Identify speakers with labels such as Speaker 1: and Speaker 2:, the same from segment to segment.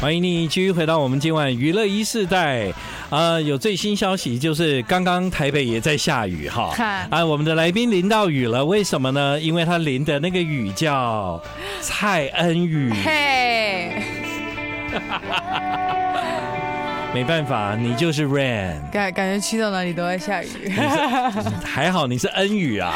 Speaker 1: 欢迎你继续回到我们今晚娱乐一世代。呃，有最新消息，就是刚刚台北也在下雨哈
Speaker 2: 嗨。
Speaker 1: 啊，我们的来宾淋到雨了，为什么呢？因为他淋的那个雨叫蔡恩 雨。
Speaker 2: 嘿，
Speaker 1: 没办法，你就是 Rain。
Speaker 2: 感感觉去到哪里都在下雨。
Speaker 1: 还好你是恩雨啊，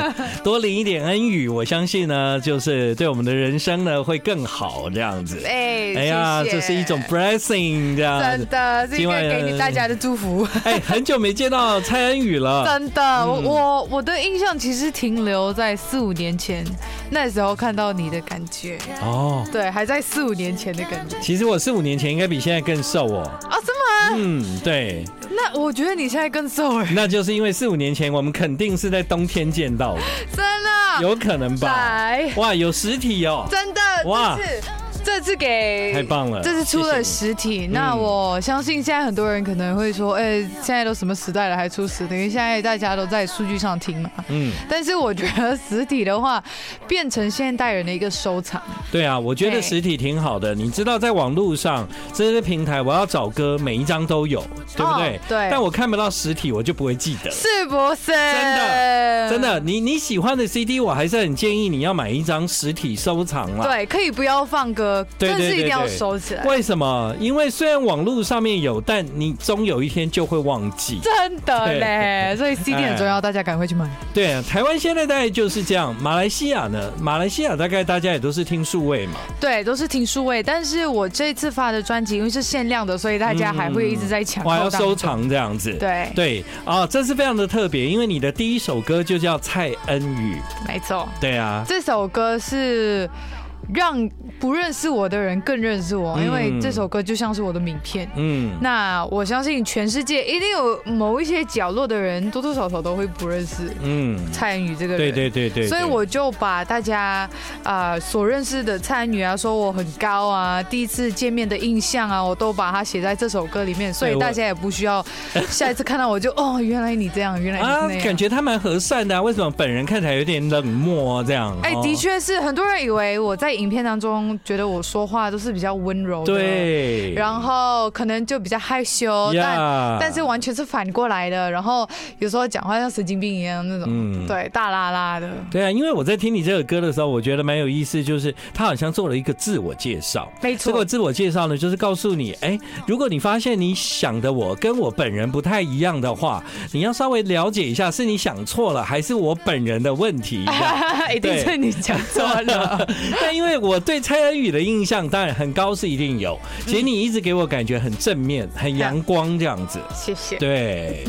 Speaker 1: 多淋一点恩雨，我相信呢，就是对我们的人生呢会更好这样子。
Speaker 2: 哎，
Speaker 1: 哎呀，
Speaker 2: 谢谢
Speaker 1: 这是一种 blessing 这样
Speaker 2: 真
Speaker 1: 子。
Speaker 2: 的，是一
Speaker 1: 今晚
Speaker 2: 个给你大家的祝福。
Speaker 1: 哎，很久没见到蔡恩雨了，
Speaker 2: 真的，
Speaker 1: 嗯
Speaker 2: 我我我的印象其实停留在四五年前，那时候看到你的感觉，
Speaker 1: 哦。
Speaker 2: 对，还在四五年前的感觉
Speaker 1: 其实我四五年前应该比现在更瘦哦。
Speaker 2: 啊，真的吗？
Speaker 1: 嗯，对，
Speaker 2: 那我觉得你现在更瘦 哎，
Speaker 1: 那就是因为四五年前我们肯定是在冬天见到的，
Speaker 2: 真的，
Speaker 1: 有可能吧？
Speaker 2: 来，
Speaker 1: 哇，有实体哦，
Speaker 2: 真的，
Speaker 1: 哇
Speaker 2: 这次这次给
Speaker 1: 太棒了
Speaker 2: 这次出了
Speaker 1: 谢谢
Speaker 2: 实体，那我相信现在很多人可能会说，哎、现在都什么时代了还出实体？因为现在大家都在数据上听嘛。
Speaker 1: 嗯，
Speaker 2: 但是我觉得实体的话，变成现代人的一个收藏。
Speaker 1: 对啊，我觉得
Speaker 2: 对
Speaker 1: 实体挺好的。你知道，在网络上这些平台，我要找歌，每一张都有，对不对？
Speaker 2: 哦对
Speaker 1: 但我看不到实体，我就不会记得。
Speaker 2: 是不是？真呃
Speaker 1: 的真。的，你你喜欢的 CD，我还是很建议你要买一张实体收藏啦。
Speaker 2: 对，可以不要放歌，
Speaker 1: 对
Speaker 2: 但
Speaker 1: 对
Speaker 2: 是一
Speaker 1: 对
Speaker 2: 定要
Speaker 1: 对
Speaker 2: 收起来。
Speaker 1: 为什么？因为虽然网络上面有，但你终有一天就会忘记。
Speaker 2: 真的
Speaker 1: 对
Speaker 2: 嘞， 所以 CD 很重要，大家赶快去买。
Speaker 1: 对啊，台湾现在大概就是这样。马来西亚呢？马来西亚大概大家也都是听数位嘛。
Speaker 2: 对，都是听数位，但是我这次发的专辑因为是限量的，所以大家还会一直在抢
Speaker 1: 嗯
Speaker 2: 购
Speaker 1: 哇，
Speaker 2: 当
Speaker 1: 要
Speaker 2: 中。
Speaker 1: 收藏这样子。
Speaker 2: 对
Speaker 1: 对啊，这是非常的特别，因为你的第一首歌就叫蔡恩宇。
Speaker 2: 没错，
Speaker 1: 对啊，
Speaker 2: 这首歌是让不认识我的人更认识我，
Speaker 1: 嗯
Speaker 2: 因为这首歌就像是我的名片。
Speaker 1: 嗯，
Speaker 2: 那我相信全世界一定有某一些角落的人，多多少少都会不认识
Speaker 1: 嗯，
Speaker 2: 蔡恩宇这个人。
Speaker 1: 对对对对对，
Speaker 2: 所以我就把大家啊、呃所认识的蔡恩宇啊，说我很高啊，第一次见面的印象啊，我都把它写在这首歌里面，所
Speaker 1: 对
Speaker 2: 以
Speaker 1: 我
Speaker 2: 大家也不需要下一次看到我就哦，原来你这样，原来你是
Speaker 1: 啊
Speaker 2: 那，样。
Speaker 1: 感觉他蛮和善的、啊，为什么本人看起来有点冷漠这样？
Speaker 2: 哎、
Speaker 1: 哦
Speaker 2: 的，确是，很多人以为我在影片当中觉得我说话都是比较温柔的，，
Speaker 1: 对，
Speaker 2: 然后可能就比较害羞，但
Speaker 1: 呀
Speaker 2: 但是完全是反过来的，然后有时候讲话像神经病一样那种，
Speaker 1: 嗯
Speaker 2: 对，大啦 啦的，
Speaker 1: 对啊，因为我在听你这首歌的时候，我觉得蛮有意思，就是他好像做了一个自我介绍。
Speaker 2: 没
Speaker 1: 这
Speaker 2: 错
Speaker 1: 个，自我介绍呢，就是告诉你，哎，如果你发现你想的我跟我本人不太一样的话，你要稍微了解一下，是你想错了，还是我本人的问题？这 样
Speaker 2: 一定是你讲错了。
Speaker 1: 但因为我对蔡恩宇的印象，当然很高是一定有。其实你一直给我感觉很正面、很阳光这样子。
Speaker 2: 谢谢。
Speaker 1: 对，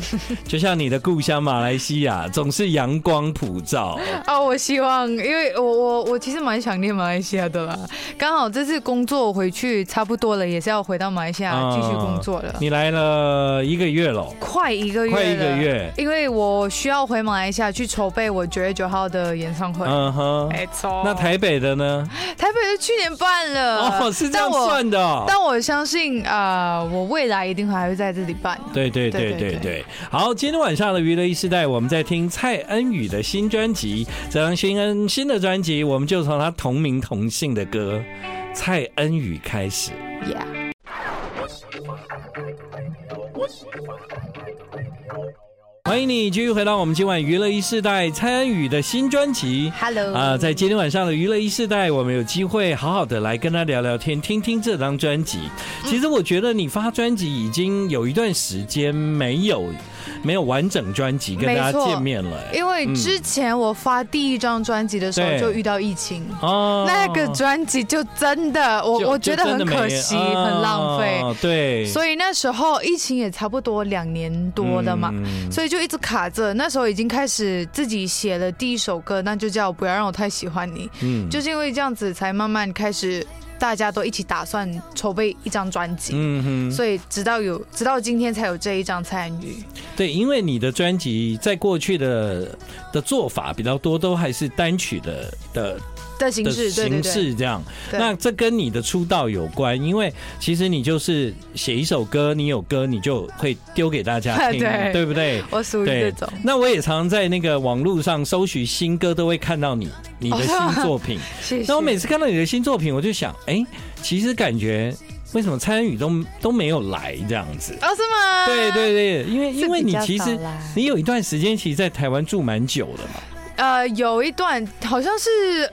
Speaker 1: 就像你的故乡马来西亚，总是阳光普照。
Speaker 2: 哦，我希望，因为我我我其实蛮想念马来西亚的啦。刚好这次工作回去差不多了，也是要回到马来西亚啊继续工作了。
Speaker 1: 啊你来了一个月了，
Speaker 2: 快一个月，
Speaker 1: 快一个，月。
Speaker 2: 因为我需要回马来西亚去筹备我九月九号的演唱会。
Speaker 1: 嗯哼，
Speaker 2: 没错，
Speaker 1: 那台北的呢？
Speaker 2: 台北是去年办了，
Speaker 1: 哦，是这样
Speaker 2: 但我
Speaker 1: 算的哦。
Speaker 2: 呃但我相信啊、呃我未来一定还会在这里办。
Speaker 1: 对对对
Speaker 2: 对对
Speaker 1: 对
Speaker 2: 对
Speaker 1: 对，好，今天晚上的娱乐一时代，我们在听蔡恩宇的新专辑，这张新恩新的专辑，我们就从他同名同姓的歌《蔡恩宇》开始。嗯
Speaker 2: Yeah，
Speaker 1: 欢迎你继续回到我们今晚娱乐一世代蔡恩宇的新专辑。
Speaker 2: Hello
Speaker 1: 啊、在今天晚上的娱乐一世代，我们有机会好好的来跟他聊聊天，听听这张专辑。
Speaker 2: 嗯
Speaker 1: 其实我觉得你发专辑已经有一段时间没有没有完整专辑跟大家
Speaker 2: 没错
Speaker 1: 见面了、欸
Speaker 2: 因为之前我发第一张专辑的时候
Speaker 1: 对
Speaker 2: 就遇到疫情。
Speaker 1: 哦
Speaker 2: 那个专辑就真的，我
Speaker 1: 就
Speaker 2: 我觉得
Speaker 1: 就真
Speaker 2: 很
Speaker 1: 的没
Speaker 2: 可惜，
Speaker 1: 啊
Speaker 2: 很浪费。
Speaker 1: 对，以
Speaker 2: 所以那时候疫情也差不多两年多了
Speaker 1: 嗯
Speaker 2: 嘛，所以就一直卡着。那时候已经开始自己写了第一首歌，那就叫《不要让我太喜欢你》，
Speaker 1: 嗯
Speaker 2: 就是因为这样子才慢慢开始，大家都一起打算筹备一张专辑。
Speaker 1: 嗯哼，
Speaker 2: 所以直到有，直到今天才有这一张参与。
Speaker 1: 对，因为你的专辑在过去的的做法比较多，都还是单曲的的
Speaker 2: 的形
Speaker 1: 的
Speaker 2: 式，对对
Speaker 1: 形
Speaker 2: 对，
Speaker 1: 式这样。
Speaker 2: 对
Speaker 1: 那这跟你的出道有关，因为其实你就是写一首歌，你有歌你就会丢给大 家听，
Speaker 2: 对
Speaker 1: 对不对？
Speaker 2: 我属于这
Speaker 1: 对
Speaker 2: 种，，
Speaker 1: 那我也常在那个网络上搜寻新歌，都会看到你你的新作品。
Speaker 2: 谢谢。
Speaker 1: 那我每次看到你的新作品，我就想，哎、其实感觉为什么参与都都没有来这样子？
Speaker 2: 哦，是吗？
Speaker 1: 对对对，因为
Speaker 3: 是
Speaker 1: 因为
Speaker 3: 比
Speaker 1: 你
Speaker 3: 较
Speaker 1: 其实
Speaker 3: 少啦
Speaker 1: 你有一段时间其实，在台湾住蛮久的嘛，
Speaker 2: 呃，有一段好像是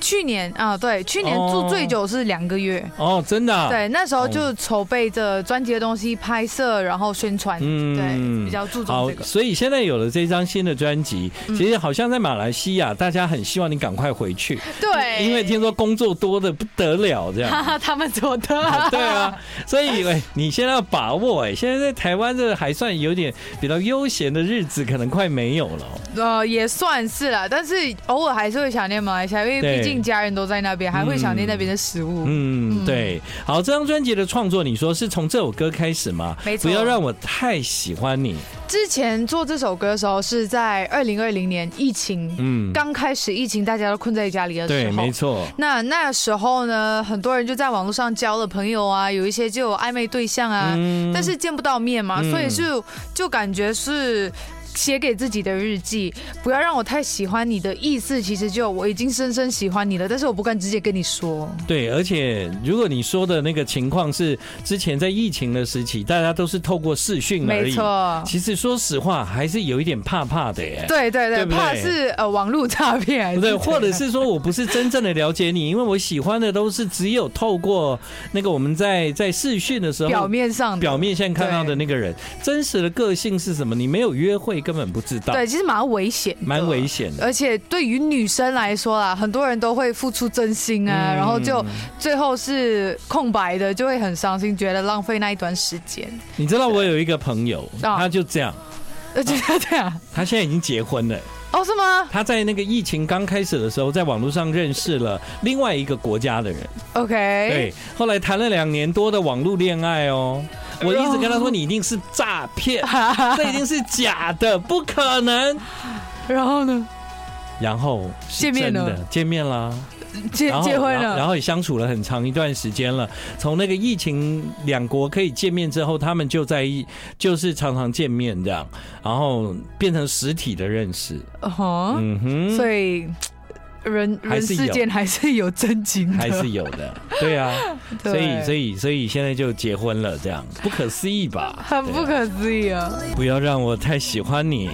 Speaker 2: 去年啊、对，去年
Speaker 1: 哦
Speaker 2: 住最久是两个月。
Speaker 1: 哦，真的啊、
Speaker 2: 对，那时候就筹备着专辑的东西拍摄，然后宣传，
Speaker 1: 嗯
Speaker 2: 对，比较注重
Speaker 1: 好
Speaker 2: 这，个。嗯
Speaker 1: 所以现在有了这张新的专辑，其实好像在马来西亚，大家很希望你赶快回去，
Speaker 2: 对，
Speaker 1: 因为听说工作多的不得了，这样。
Speaker 2: 他们做的，
Speaker 1: 对啊，所以哎、你现在要把握哎、现在在台湾这还算有点比较悠闲的日子，可能快没有了哦。
Speaker 2: 呃，也算是啦，但是偶尔还是会想念马来西亚，因为
Speaker 1: 对
Speaker 2: 毕竟家人都在那边，还会想念那边的食物。
Speaker 1: 嗯，对。好，这张专辑的创作，你说是从这首歌开始吗？
Speaker 2: 没错
Speaker 1: 不要让我太喜欢你。
Speaker 2: 之前做这首歌的时候是在二零二零年疫情
Speaker 1: 嗯，
Speaker 2: 刚开始，疫情大家都困在家里的时
Speaker 1: 对，
Speaker 2: 候，
Speaker 1: 没错。
Speaker 2: 那那时候呢，很多人就在网络上交了朋友啊，有一些就有暧昧对象啊，
Speaker 1: 嗯
Speaker 2: 但是见不到面嘛，
Speaker 1: 嗯
Speaker 2: 所以就就感觉是。写给自己的日记，不要让我太喜欢你的意思，其实就我已经深深喜欢你了，但是我不敢直接跟你说。
Speaker 1: 对，而且如果你说的那个情况是之前在疫情的时期，大家都是透过视讯而
Speaker 2: 没
Speaker 1: 已。
Speaker 2: 错，
Speaker 1: 其实说实话，还是有一点怕怕的耶。
Speaker 2: 对对对，
Speaker 1: 哎对不对
Speaker 2: 怕是呃网络诈骗还是
Speaker 1: 对，
Speaker 2: 怎样
Speaker 1: 或者是说我不是真正的了解你，因为我喜欢的都是只有透过那个我们在在视讯的时候
Speaker 2: 表面上的
Speaker 1: 表面现看到的
Speaker 2: 对
Speaker 1: 那个人，真实的个性是什么？你没有约会根本不知道，
Speaker 2: 对，其实蛮危险，
Speaker 1: 蛮危。险的。
Speaker 2: 而且对于女生来说啦，很多人都会付出真心啊，
Speaker 1: 嗯
Speaker 2: 然后就最后是空白的，就会很伤心，觉得浪费那一段时间。
Speaker 1: 你知道我有一个朋友，
Speaker 2: 啊
Speaker 1: 他就这样，
Speaker 2: 呃，就这样。
Speaker 1: 他现在已经结婚了。
Speaker 2: 哦，是吗
Speaker 1: 他在那个疫情刚开始的时候，在网络上认识了另外一个国家的人，
Speaker 2: ？OK，
Speaker 1: 对，后来谈了两年多的网络恋爱哦。我一直跟他说，
Speaker 2: 哦
Speaker 1: 你一定是诈骗，
Speaker 2: 哎
Speaker 1: 这一定是假的，不可 能。
Speaker 2: 然后呢？
Speaker 1: 然后是
Speaker 2: 见面
Speaker 1: 真
Speaker 2: 了
Speaker 1: 的，见面啦，
Speaker 2: 结
Speaker 1: 然后
Speaker 2: 结婚
Speaker 1: 然后然
Speaker 2: 了，
Speaker 1: 后也相处了很长一段时间了。从那个疫情两国可以见面之后，他们就在一就是常常见面这样，然后变成实体的认识。
Speaker 2: 哦，
Speaker 1: 嗯哼，
Speaker 2: 所以人
Speaker 1: 还
Speaker 2: 人
Speaker 1: 是有
Speaker 2: 世间还是有真情的，
Speaker 1: 还是有的，对啊。所以，所
Speaker 2: 以
Speaker 1: 以，所以现在就结婚了，这样不可思议吧？
Speaker 2: 很不
Speaker 1: 对啊
Speaker 2: 可思议啊。
Speaker 1: 不要让我太喜欢你。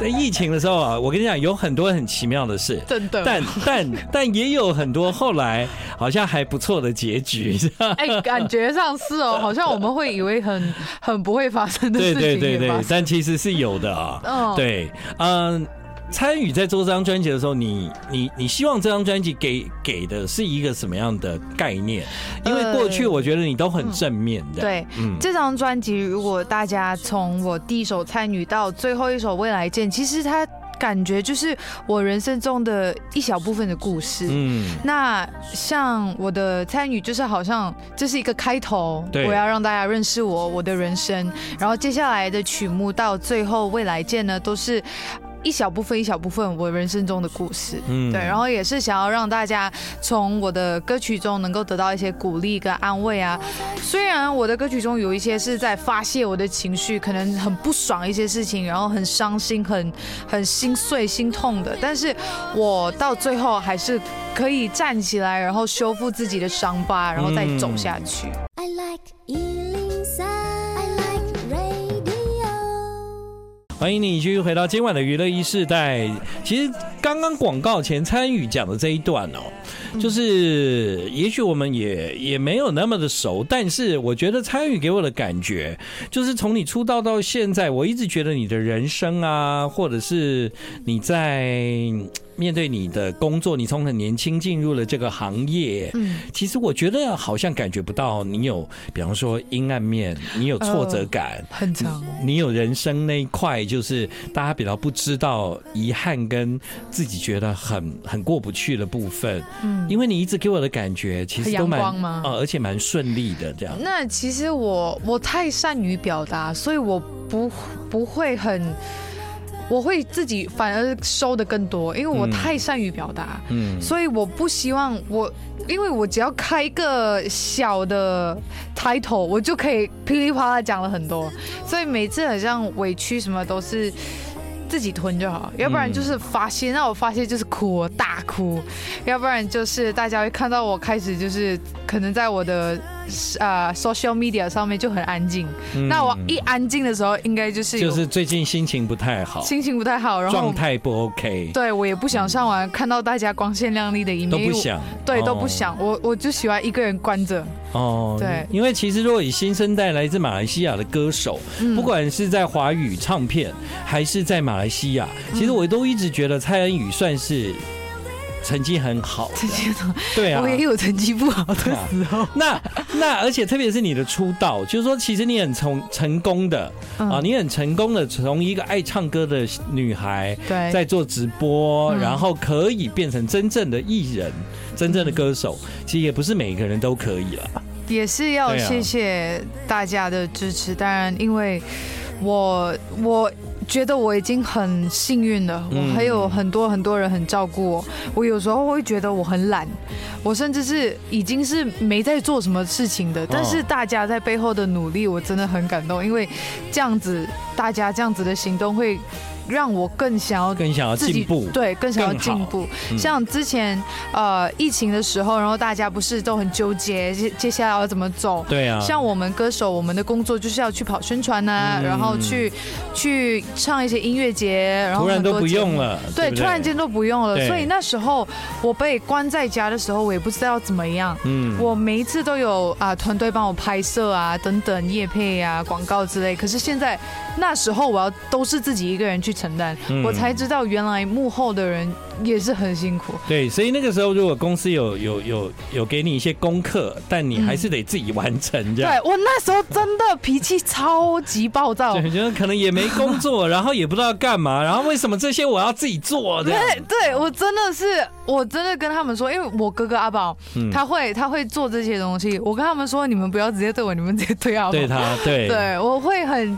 Speaker 1: 在疫情的时候啊，我跟你讲，有很多很奇妙的事，
Speaker 2: 真的，
Speaker 1: 但但但也有很多后来好像还不错的结 局。
Speaker 2: 哎、感觉上是 哦，好像我们会以为很很不会发生的
Speaker 1: 对
Speaker 2: 事
Speaker 1: 对
Speaker 2: 情
Speaker 1: 对
Speaker 2: 也发
Speaker 1: 对，
Speaker 2: 生。
Speaker 1: 但其实是有的啊。
Speaker 2: 嗯，
Speaker 1: 对，嗯。参与在做这张专辑的时候，你你你希望这张专辑给给的是一个什么样的概念？因为过去
Speaker 2: 呃
Speaker 1: 我觉得你都很正面的。，
Speaker 2: 对。
Speaker 1: 嗯
Speaker 2: 这张专辑，如果大家从我第一首参与到最后一首《未来见》，其实它感觉就是我人生中的一小部分的故事。
Speaker 1: 嗯，
Speaker 2: 那像我的参与，就是好像这是一个开头，
Speaker 1: 对
Speaker 2: 我要让大家认识我，我的人生。然后接下来的曲目到最后未来见呢，都是一小部分一小部分我人生中的故事。
Speaker 1: 嗯
Speaker 2: 对，然后也是想要让大家从我的歌曲中能够得到一些鼓励跟安慰啊。虽然我的歌曲中有一些是在发泄我的情绪，可能很不爽一些事情，然后很伤心、很很心碎、心痛的，但是我到最后还是可以站起来，然后修复自己的伤疤，然后再走下去。
Speaker 3: I like Ealing Sound. I like radio.
Speaker 1: 欢迎你继续回到今晚的娱乐一世代。其实刚刚广告前参与讲的这一段哦，就是也许我们也也没有那么的熟，但是我觉得参与给我的感觉，就是从你出道到现在，我一直觉得你的人生啊，或者是你在嗯面对你的工作，你从很年轻进入了这个行业。
Speaker 2: 嗯，
Speaker 1: 其实我觉得好像感觉不到你有，比方说阴暗面，你有挫折
Speaker 2: 呃
Speaker 1: 感，
Speaker 2: 很长。
Speaker 1: 你有人生那一块，就是大家比较不知道遗憾跟自己觉得很很过不去的部分，
Speaker 2: 嗯，
Speaker 1: 因为你一直给我的感觉其实都蛮
Speaker 2: 很阳光吗
Speaker 1: 呃而且蛮顺利的这样。
Speaker 2: 那其实我我太善于表达，所以我不不会很，我会自己反而收的更多，因为我
Speaker 1: 嗯
Speaker 2: 太善于表达，
Speaker 1: 嗯，
Speaker 2: 所以我不希望我，因为我只要开一个小的 title，我就可以噼里啪啦讲了很多，所以每次好像委屈什么都是。自己吞就好，要不然就是发泄。那我发泄就是哭，我大哭；要不然就是大家会看到我开始就是可能在我的呃 social media 上面就很安静。
Speaker 1: 嗯
Speaker 2: 那我一安静的时候，应该就是有
Speaker 1: 就是最近心情不太好，
Speaker 2: 心情不太好，然后
Speaker 1: 状态不 OK，
Speaker 2: 对我也不想上网看到大家光鲜亮丽的一面，
Speaker 1: 都
Speaker 2: 因
Speaker 1: 不
Speaker 2: 为我
Speaker 1: 想，
Speaker 2: 对
Speaker 1: 哦
Speaker 2: 都不想，我我就喜欢一个人关着。
Speaker 1: 哦，
Speaker 2: 对
Speaker 1: 因为其实如果以新生代来自马来西亚的歌手，
Speaker 2: 嗯
Speaker 1: 不管是在华语唱片还是在马来西亚，
Speaker 2: 嗯
Speaker 1: 其实我都一直觉得蔡恩宇算是成绩很好的，
Speaker 2: 这些的，
Speaker 1: 对啊
Speaker 2: 我。也有成绩不好的时候。
Speaker 1: 那那而且特别是你的出道，就是说其实你很成成功的
Speaker 2: 嗯
Speaker 1: 啊，你很成功的从一个爱唱歌的女孩，
Speaker 2: 对，
Speaker 1: 在做直播，
Speaker 2: 嗯
Speaker 1: 然后可以变成真正的艺人、真正的
Speaker 2: 嗯
Speaker 1: 歌手，其实也不是每个人都可以了。
Speaker 2: 也是要
Speaker 1: 对啊
Speaker 2: 谢谢大家的支持。当然，因为我我觉得我已经很幸运了，
Speaker 1: 嗯
Speaker 2: 我还有很多很多人很照顾我。我有时候会觉得我很懒，我甚至是已经是没在做什么事情
Speaker 1: 哦
Speaker 2: 的。但是大家在背后的努力，我真的很感动，因为这样子大家这样子的行动会。让我更想要
Speaker 1: 更想要
Speaker 2: 自己
Speaker 1: 进步，
Speaker 2: 对，更想要
Speaker 1: 更好
Speaker 2: 进步。
Speaker 1: 嗯
Speaker 2: 像之前呃疫情的时候，然后大家不是都很纠结接接下来要怎么走。
Speaker 1: 对啊，
Speaker 2: 像我们歌手，我们的工作就是要去跑宣传呐、
Speaker 1: 嗯
Speaker 2: 然后去去唱一些音乐节，然后
Speaker 1: 突然
Speaker 2: 很多
Speaker 1: 都不
Speaker 2: 节目
Speaker 1: 用。了，
Speaker 2: 对，
Speaker 1: 不
Speaker 2: 突然间，都不用了
Speaker 1: 对，
Speaker 2: 所以那时候我被关在家的时候，我也不知道怎么样。
Speaker 1: 嗯
Speaker 2: 我每一次都有啊、团队帮我拍摄啊，等等夜配啊、广告之类。可是现在那时候我要都是自己一个人去承担，
Speaker 1: 嗯
Speaker 2: 我才知道原来幕后的人也是很辛苦。
Speaker 1: 对，所以那个时候如果公司有有有有给你一些功课，但你还是得自己完成这
Speaker 2: 嗯对
Speaker 1: 样。
Speaker 2: 我那时候真的脾气超级 暴躁。
Speaker 1: 对，就是可能也没工 作，然后也不知道干嘛，然后为什么这些我要自己做这样？
Speaker 2: 对，对我真的是，我真的跟他们说，因为我哥哥阿宝，
Speaker 1: 嗯
Speaker 2: 他会他会做这些东西，我跟他们说，你们不要直接对我，你们直接对阿宝。
Speaker 1: 对他，对
Speaker 2: 对，我会很，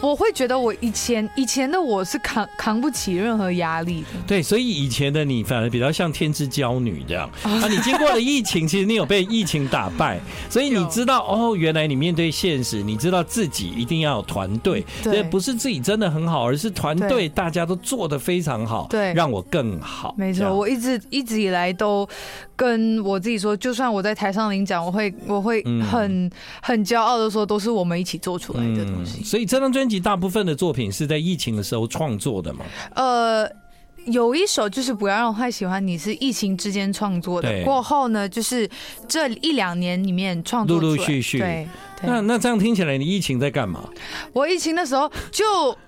Speaker 2: 我会觉得我以前以前的我是扛扛不起任何压力的。
Speaker 1: 对，所以以前的你反而比较像天之娇女这样
Speaker 2: 哦
Speaker 1: 啊。你经过了疫情，其实你有被疫情打败，所以你
Speaker 2: 有
Speaker 1: 知道哦，原来你面对现实，你知道自己一定要有团队，
Speaker 2: 对
Speaker 1: 所以不是自己真的很好，而是团队
Speaker 2: 对
Speaker 1: 大家都做得非常好，
Speaker 2: 对
Speaker 1: 让我更好。
Speaker 2: 没
Speaker 1: 这
Speaker 2: 错，
Speaker 1: 样
Speaker 2: 我一直一直以来都跟我自己说，就算我在台上领奖，我会我会
Speaker 1: 嗯
Speaker 2: 很、很骄傲的说，都是我们一起做出来的
Speaker 1: 嗯
Speaker 2: 东西。
Speaker 1: 所以这张专辑大部分的作品是在疫情的时候创作的嘛？
Speaker 2: 呃。有一首就是不要让我坏喜欢你，是疫情之间创作
Speaker 1: 对
Speaker 2: 的。过后呢，就是这一两年里面创作出来
Speaker 1: 陆陆续续
Speaker 2: 对，对
Speaker 1: 那那这样听起来，你疫情在干嘛？
Speaker 2: 我疫情的时候就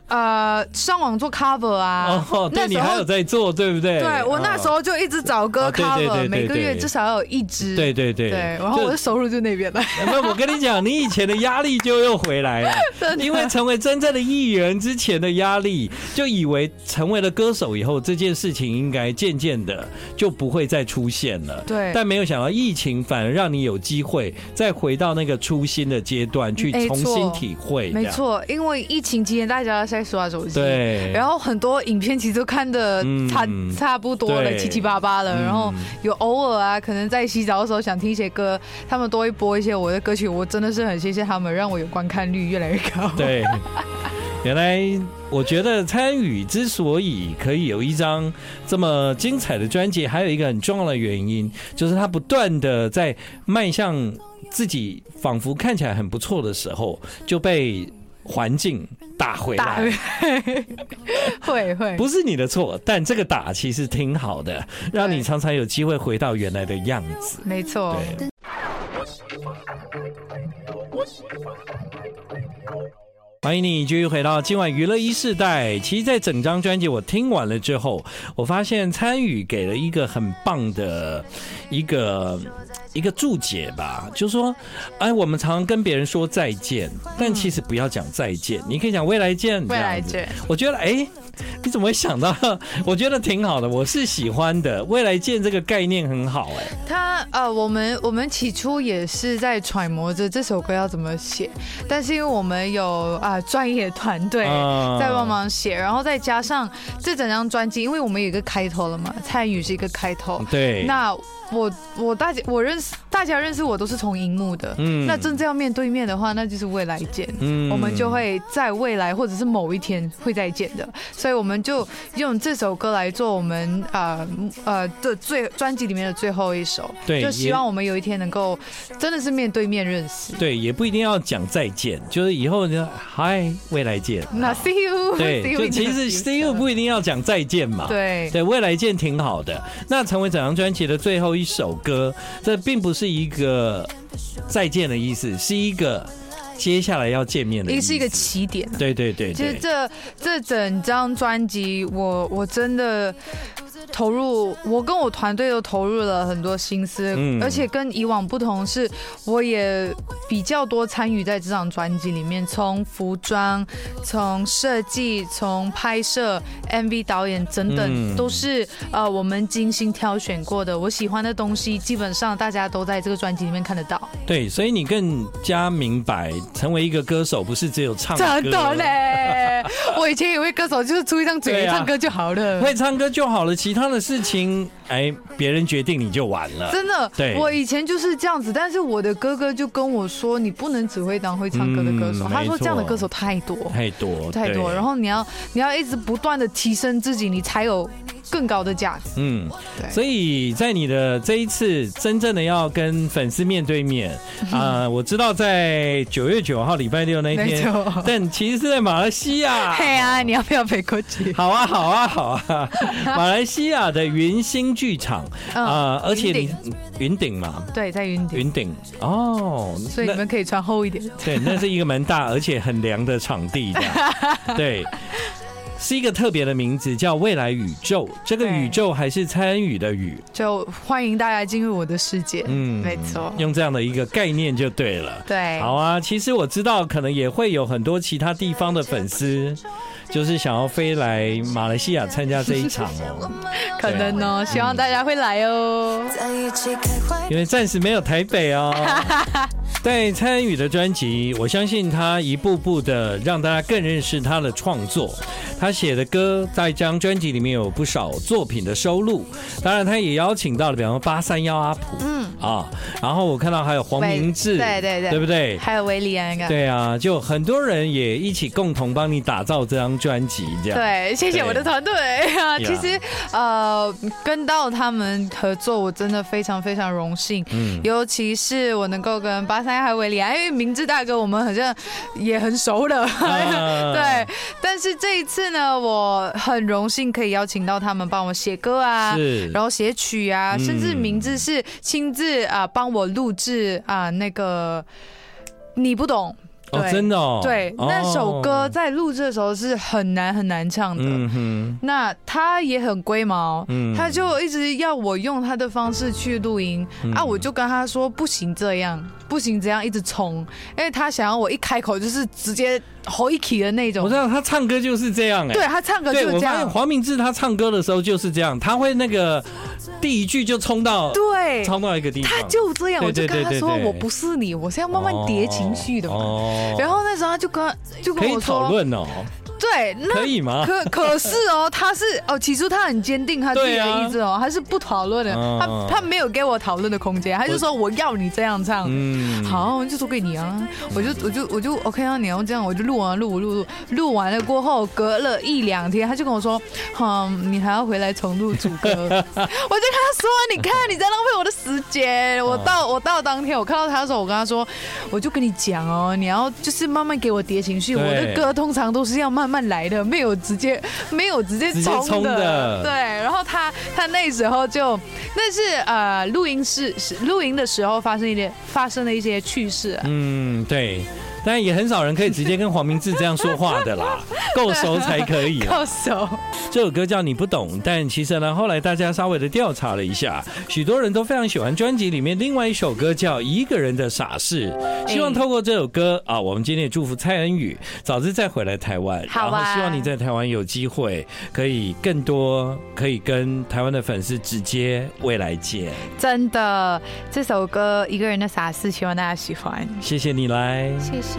Speaker 2: 呃上网做 cover 啊，
Speaker 1: 哦，对
Speaker 2: 那
Speaker 1: 你
Speaker 2: 时
Speaker 1: 还
Speaker 2: 候
Speaker 1: 有在做，对不对？
Speaker 2: 对我那时
Speaker 1: 哦。
Speaker 2: 候就一直找歌
Speaker 1: 啊对对对
Speaker 2: cover，
Speaker 1: 对
Speaker 2: 每个
Speaker 1: 对
Speaker 2: 月至少要有一支。
Speaker 1: 对对对
Speaker 2: 对，然后我的收入就那边了。
Speaker 1: 那我跟你讲，你以前的压力就又回 来了，因为成为真正的艺人之前的压力，就以为成为了歌手以后，这件事情应该渐渐的就不会再出现了。
Speaker 2: 对
Speaker 1: 但没有想到疫情反而让你有机会再回到那个初心的阶段，去
Speaker 2: 没
Speaker 1: 重
Speaker 2: 错
Speaker 1: 新体会。
Speaker 2: 没，错，因为疫情期间大家都在刷手机，
Speaker 1: 对。
Speaker 2: 然后很多影片其实都看的
Speaker 1: 嗯
Speaker 2: 差、差不多了，
Speaker 1: 对嗯
Speaker 2: 七七八八了。然后有偶尔啊，可能在洗澡的时候想听一些歌，他们都会播一些我的歌曲，我真的是很谢谢他们，让我有观看率越来越高。
Speaker 1: 对， 原来我觉得参与之所以可以有一张这么精彩的专辑，还有一个很重要的原因，就是他不断的在迈向自己仿佛看起来很不错的时候，就被环境打回
Speaker 2: 大
Speaker 1: 来。
Speaker 2: 会会
Speaker 1: 不是你的错，但这个打其实挺好的，让你
Speaker 2: 对
Speaker 1: 常常有机会回到原来的样子。
Speaker 2: 没错。
Speaker 1: 对。欢迎你继续回到今晚娱乐一世代。其实，在整张专辑我听完了之后，我发现参与给了一个很棒的一个一个注解吧，就说，哎，我们常常跟别人说再见，但其实不要讲再见，你可以讲未来见。
Speaker 2: 未来
Speaker 1: 这样子
Speaker 2: 见
Speaker 1: 我觉得，哎，你怎么会想到？ 我觉得挺好的，我是喜欢的。未来见这个概念很好、哎。
Speaker 2: 他呃，我们我们起初也是在揣摩着这首歌要怎么写，但是因为我们有啊、专业团队
Speaker 1: 啊
Speaker 2: 在帮忙写，然后再加上这整张专辑，因为我们有一个开头了嘛，参与是一个开头。
Speaker 1: 对，
Speaker 2: 那我我大姐我认识大家认识我都是从荧幕的，
Speaker 1: 嗯
Speaker 2: 那真正要面对面的话，那就是未来见。
Speaker 1: 嗯
Speaker 2: 我们就会在未来或者是某一天会再见的，所以我们就用这首歌来做我们呃呃的最专辑里面的最后一首，
Speaker 1: 对
Speaker 2: 就
Speaker 1: 也
Speaker 2: 希望我们有一天能够真的是面对面认识。
Speaker 1: 对，也不一定要讲再见，就是以后呢，嗨，未来 见。
Speaker 2: 那 see you，see
Speaker 1: 对，
Speaker 2: you
Speaker 1: 就
Speaker 2: in the
Speaker 1: 其实
Speaker 2: future
Speaker 1: see you 不一定要讲再见嘛。。
Speaker 2: 对
Speaker 1: 对，未来见挺好的。那成为整张专辑的最后一首歌，这并不是一个再见的意思，是一个接下来要见面的
Speaker 2: 一
Speaker 1: 意
Speaker 2: 个
Speaker 1: 思。
Speaker 2: 是一个起点。啊
Speaker 1: 对对对
Speaker 2: 其实
Speaker 1: 对，
Speaker 2: 这这整张专辑，我我真的投入，我跟我团队都投入了很多心思，
Speaker 1: 嗯
Speaker 2: 而且跟以往不同是，我也比较多参与在这张专辑里面，从服装、从设计、从拍摄、MV 导演等等，
Speaker 1: 嗯
Speaker 2: 都是呃我们精心挑选过的。我喜欢的东西，基本上大家都在这个专辑里面看得到。
Speaker 1: 对，所以你更加明白，成为一个歌手不是只有唱歌，
Speaker 2: 真的嘞， 我以前以为歌手就是出一张
Speaker 1: 对
Speaker 2: 嘴、
Speaker 1: 啊
Speaker 2: 唱歌就好了。
Speaker 1: 会唱歌就好了，其他的事情，哎，别人决定你就完了。
Speaker 2: 真的，
Speaker 1: 对
Speaker 2: 我以前就是这样子，但是我的哥哥就跟我说，你不能只会当会唱歌的歌手，
Speaker 1: 嗯
Speaker 2: 他
Speaker 1: 没错
Speaker 2: 说这样的歌手太多
Speaker 1: 太多
Speaker 2: 太多，
Speaker 1: 对
Speaker 2: 然后你要你要一直不断的提升自己，你才有更高的价值。
Speaker 1: 嗯，
Speaker 2: 对
Speaker 1: 所以在你的这一次真正的要跟粉丝面对面
Speaker 2: 嗯
Speaker 1: 啊、我知道在九月九号礼拜六那一
Speaker 2: 没
Speaker 1: 天
Speaker 2: 错，
Speaker 1: 但其实是在马来西亚。
Speaker 2: 嘿啊，你要不要飞过去？
Speaker 1: 好啊，好啊，好 啊！马来西亚的云星剧场
Speaker 2: 嗯
Speaker 1: 啊、而且
Speaker 2: 云
Speaker 1: 你云顶嘛，
Speaker 2: 对，在云顶，
Speaker 1: 云顶哦，
Speaker 2: 所以你
Speaker 1: 那
Speaker 2: 们可以穿厚一点。
Speaker 1: 对，那是一个蛮大而且很凉的场地这样 对，是一个特别的名字，叫未来宇宙。这个
Speaker 2: 对
Speaker 1: 宇宙还是参与的宇，
Speaker 2: 就欢迎大家进入我的世界。
Speaker 1: 嗯
Speaker 2: 嗯，没错，
Speaker 1: 用这样的一个概念就对了。
Speaker 2: 对，
Speaker 1: 好啊，其实我知道，可能也会有很多其他地方的粉丝，就是想要飞来马来西亚参加这一场哦，
Speaker 2: 可能哦，希望大家会来哦。
Speaker 3: 在一起开怀
Speaker 1: 因为暂时没有台北哦。 对参与的专辑，我相信他一步步的让大家更认识他的创作。他写的歌在这张专辑里面有不少作品的收录，当然他也邀请到了，比方说八三幺阿普，嗯啊，然后我看到还有黄明志，
Speaker 2: 对对对
Speaker 1: 对不对？
Speaker 2: 还有维里安啊，
Speaker 1: 嗯对啊，就很多人也一起共同帮你打造这张专辑，这样。
Speaker 2: 对，谢谢我的团队啊！
Speaker 1: Yeah
Speaker 2: 其实呃，跟到他们合作，我真的非常非常荣幸。
Speaker 1: 嗯
Speaker 2: 尤其是我能够跟巴塞还有维里安，因为明志大哥我们好像也很 熟的。
Speaker 1: 啊
Speaker 2: 对，但是这一次呢，我很荣幸可以邀请到他们帮我写歌啊，
Speaker 1: 是
Speaker 2: 然后写曲啊，
Speaker 1: 嗯
Speaker 2: 甚至明志是亲自啊帮我录制啊那个你不懂。
Speaker 1: 哦，
Speaker 2: 对
Speaker 1: 真的哦，
Speaker 2: 对，
Speaker 1: 哦
Speaker 2: 那首歌，在录制的时候是很难很难唱的。
Speaker 1: 嗯哼，
Speaker 2: 那他也很龟毛，
Speaker 1: 嗯
Speaker 2: 他就一直要我用他的方式去录音、
Speaker 1: 嗯
Speaker 2: 啊，我就跟他说不行这样，不行这样，一直冲，因为他想要我一开口就是直接吼一起的那
Speaker 1: 我
Speaker 2: 种
Speaker 1: 知。道他唱歌就是这样，哎，
Speaker 2: 对他唱歌就
Speaker 1: 对，
Speaker 2: 是
Speaker 1: 我
Speaker 2: 这
Speaker 1: 发现
Speaker 2: 样，
Speaker 1: 黄明志他唱歌的时候就是这样，他会那个第一句就冲到
Speaker 2: 对，
Speaker 1: 冲到一个地方，
Speaker 2: 他就这样，我
Speaker 1: 对
Speaker 2: 就
Speaker 1: 对
Speaker 2: 跟他
Speaker 1: 对对
Speaker 2: 说
Speaker 1: 对
Speaker 2: 我不是你，我是要慢慢叠情绪的嘛。
Speaker 1: 哦
Speaker 2: 然后那时候他就跟就
Speaker 1: 可
Speaker 2: 跟
Speaker 1: 以
Speaker 2: 我
Speaker 1: 讨
Speaker 2: 说，
Speaker 1: 论哦，
Speaker 2: 对，那
Speaker 1: 可以吗？
Speaker 2: 可可是哦，他是哦，起初他很坚定他自己的意志哦，他是不讨论的，
Speaker 1: 嗯
Speaker 2: 他他没有给我讨论的空间，他就说我要你这样唱。
Speaker 1: 嗯，
Speaker 2: 好，我就说给你啊，我就我就我就 OK 啊，你要这样，我就录完录录录录完了过后，隔了一两天，他就跟我说，嗯，你还要回来重录主歌，我 就跟他说，你看你在浪费我的时间，
Speaker 1: 哦
Speaker 2: 我到我到当天我看到他的时候，我跟他说，我就跟你讲哦，你要就是慢慢给我叠情绪，
Speaker 1: 对
Speaker 2: 我的歌通常都是要慢慢来的，没有直接没有直接
Speaker 1: 直接冲
Speaker 2: 冲
Speaker 1: 的
Speaker 2: 的，对，然后他他那时候就那是呃录音室是录音的时候发生一点发生了一些趣事、啊，
Speaker 1: 嗯，对，但也很少人可以直接跟黄明志这样说话的 啦，够熟才可以啦。啊
Speaker 2: 到手
Speaker 1: 这首歌叫你不懂，但其实呢，后来大家稍微的调查了一下，许多人都非常喜欢专辑里面另外一首歌叫《一个人的傻事》，希望透过这首歌啊，我们今天也祝福蔡恩宇早日再回来台湾，
Speaker 2: 好
Speaker 1: 然后
Speaker 2: 啊
Speaker 1: 希望你在台湾有机会可以更多可以跟台湾的粉丝直接未来见，
Speaker 2: 真的这首歌《一个人的傻事》，希望大家喜欢，
Speaker 1: 谢谢你来。
Speaker 2: 谢谢。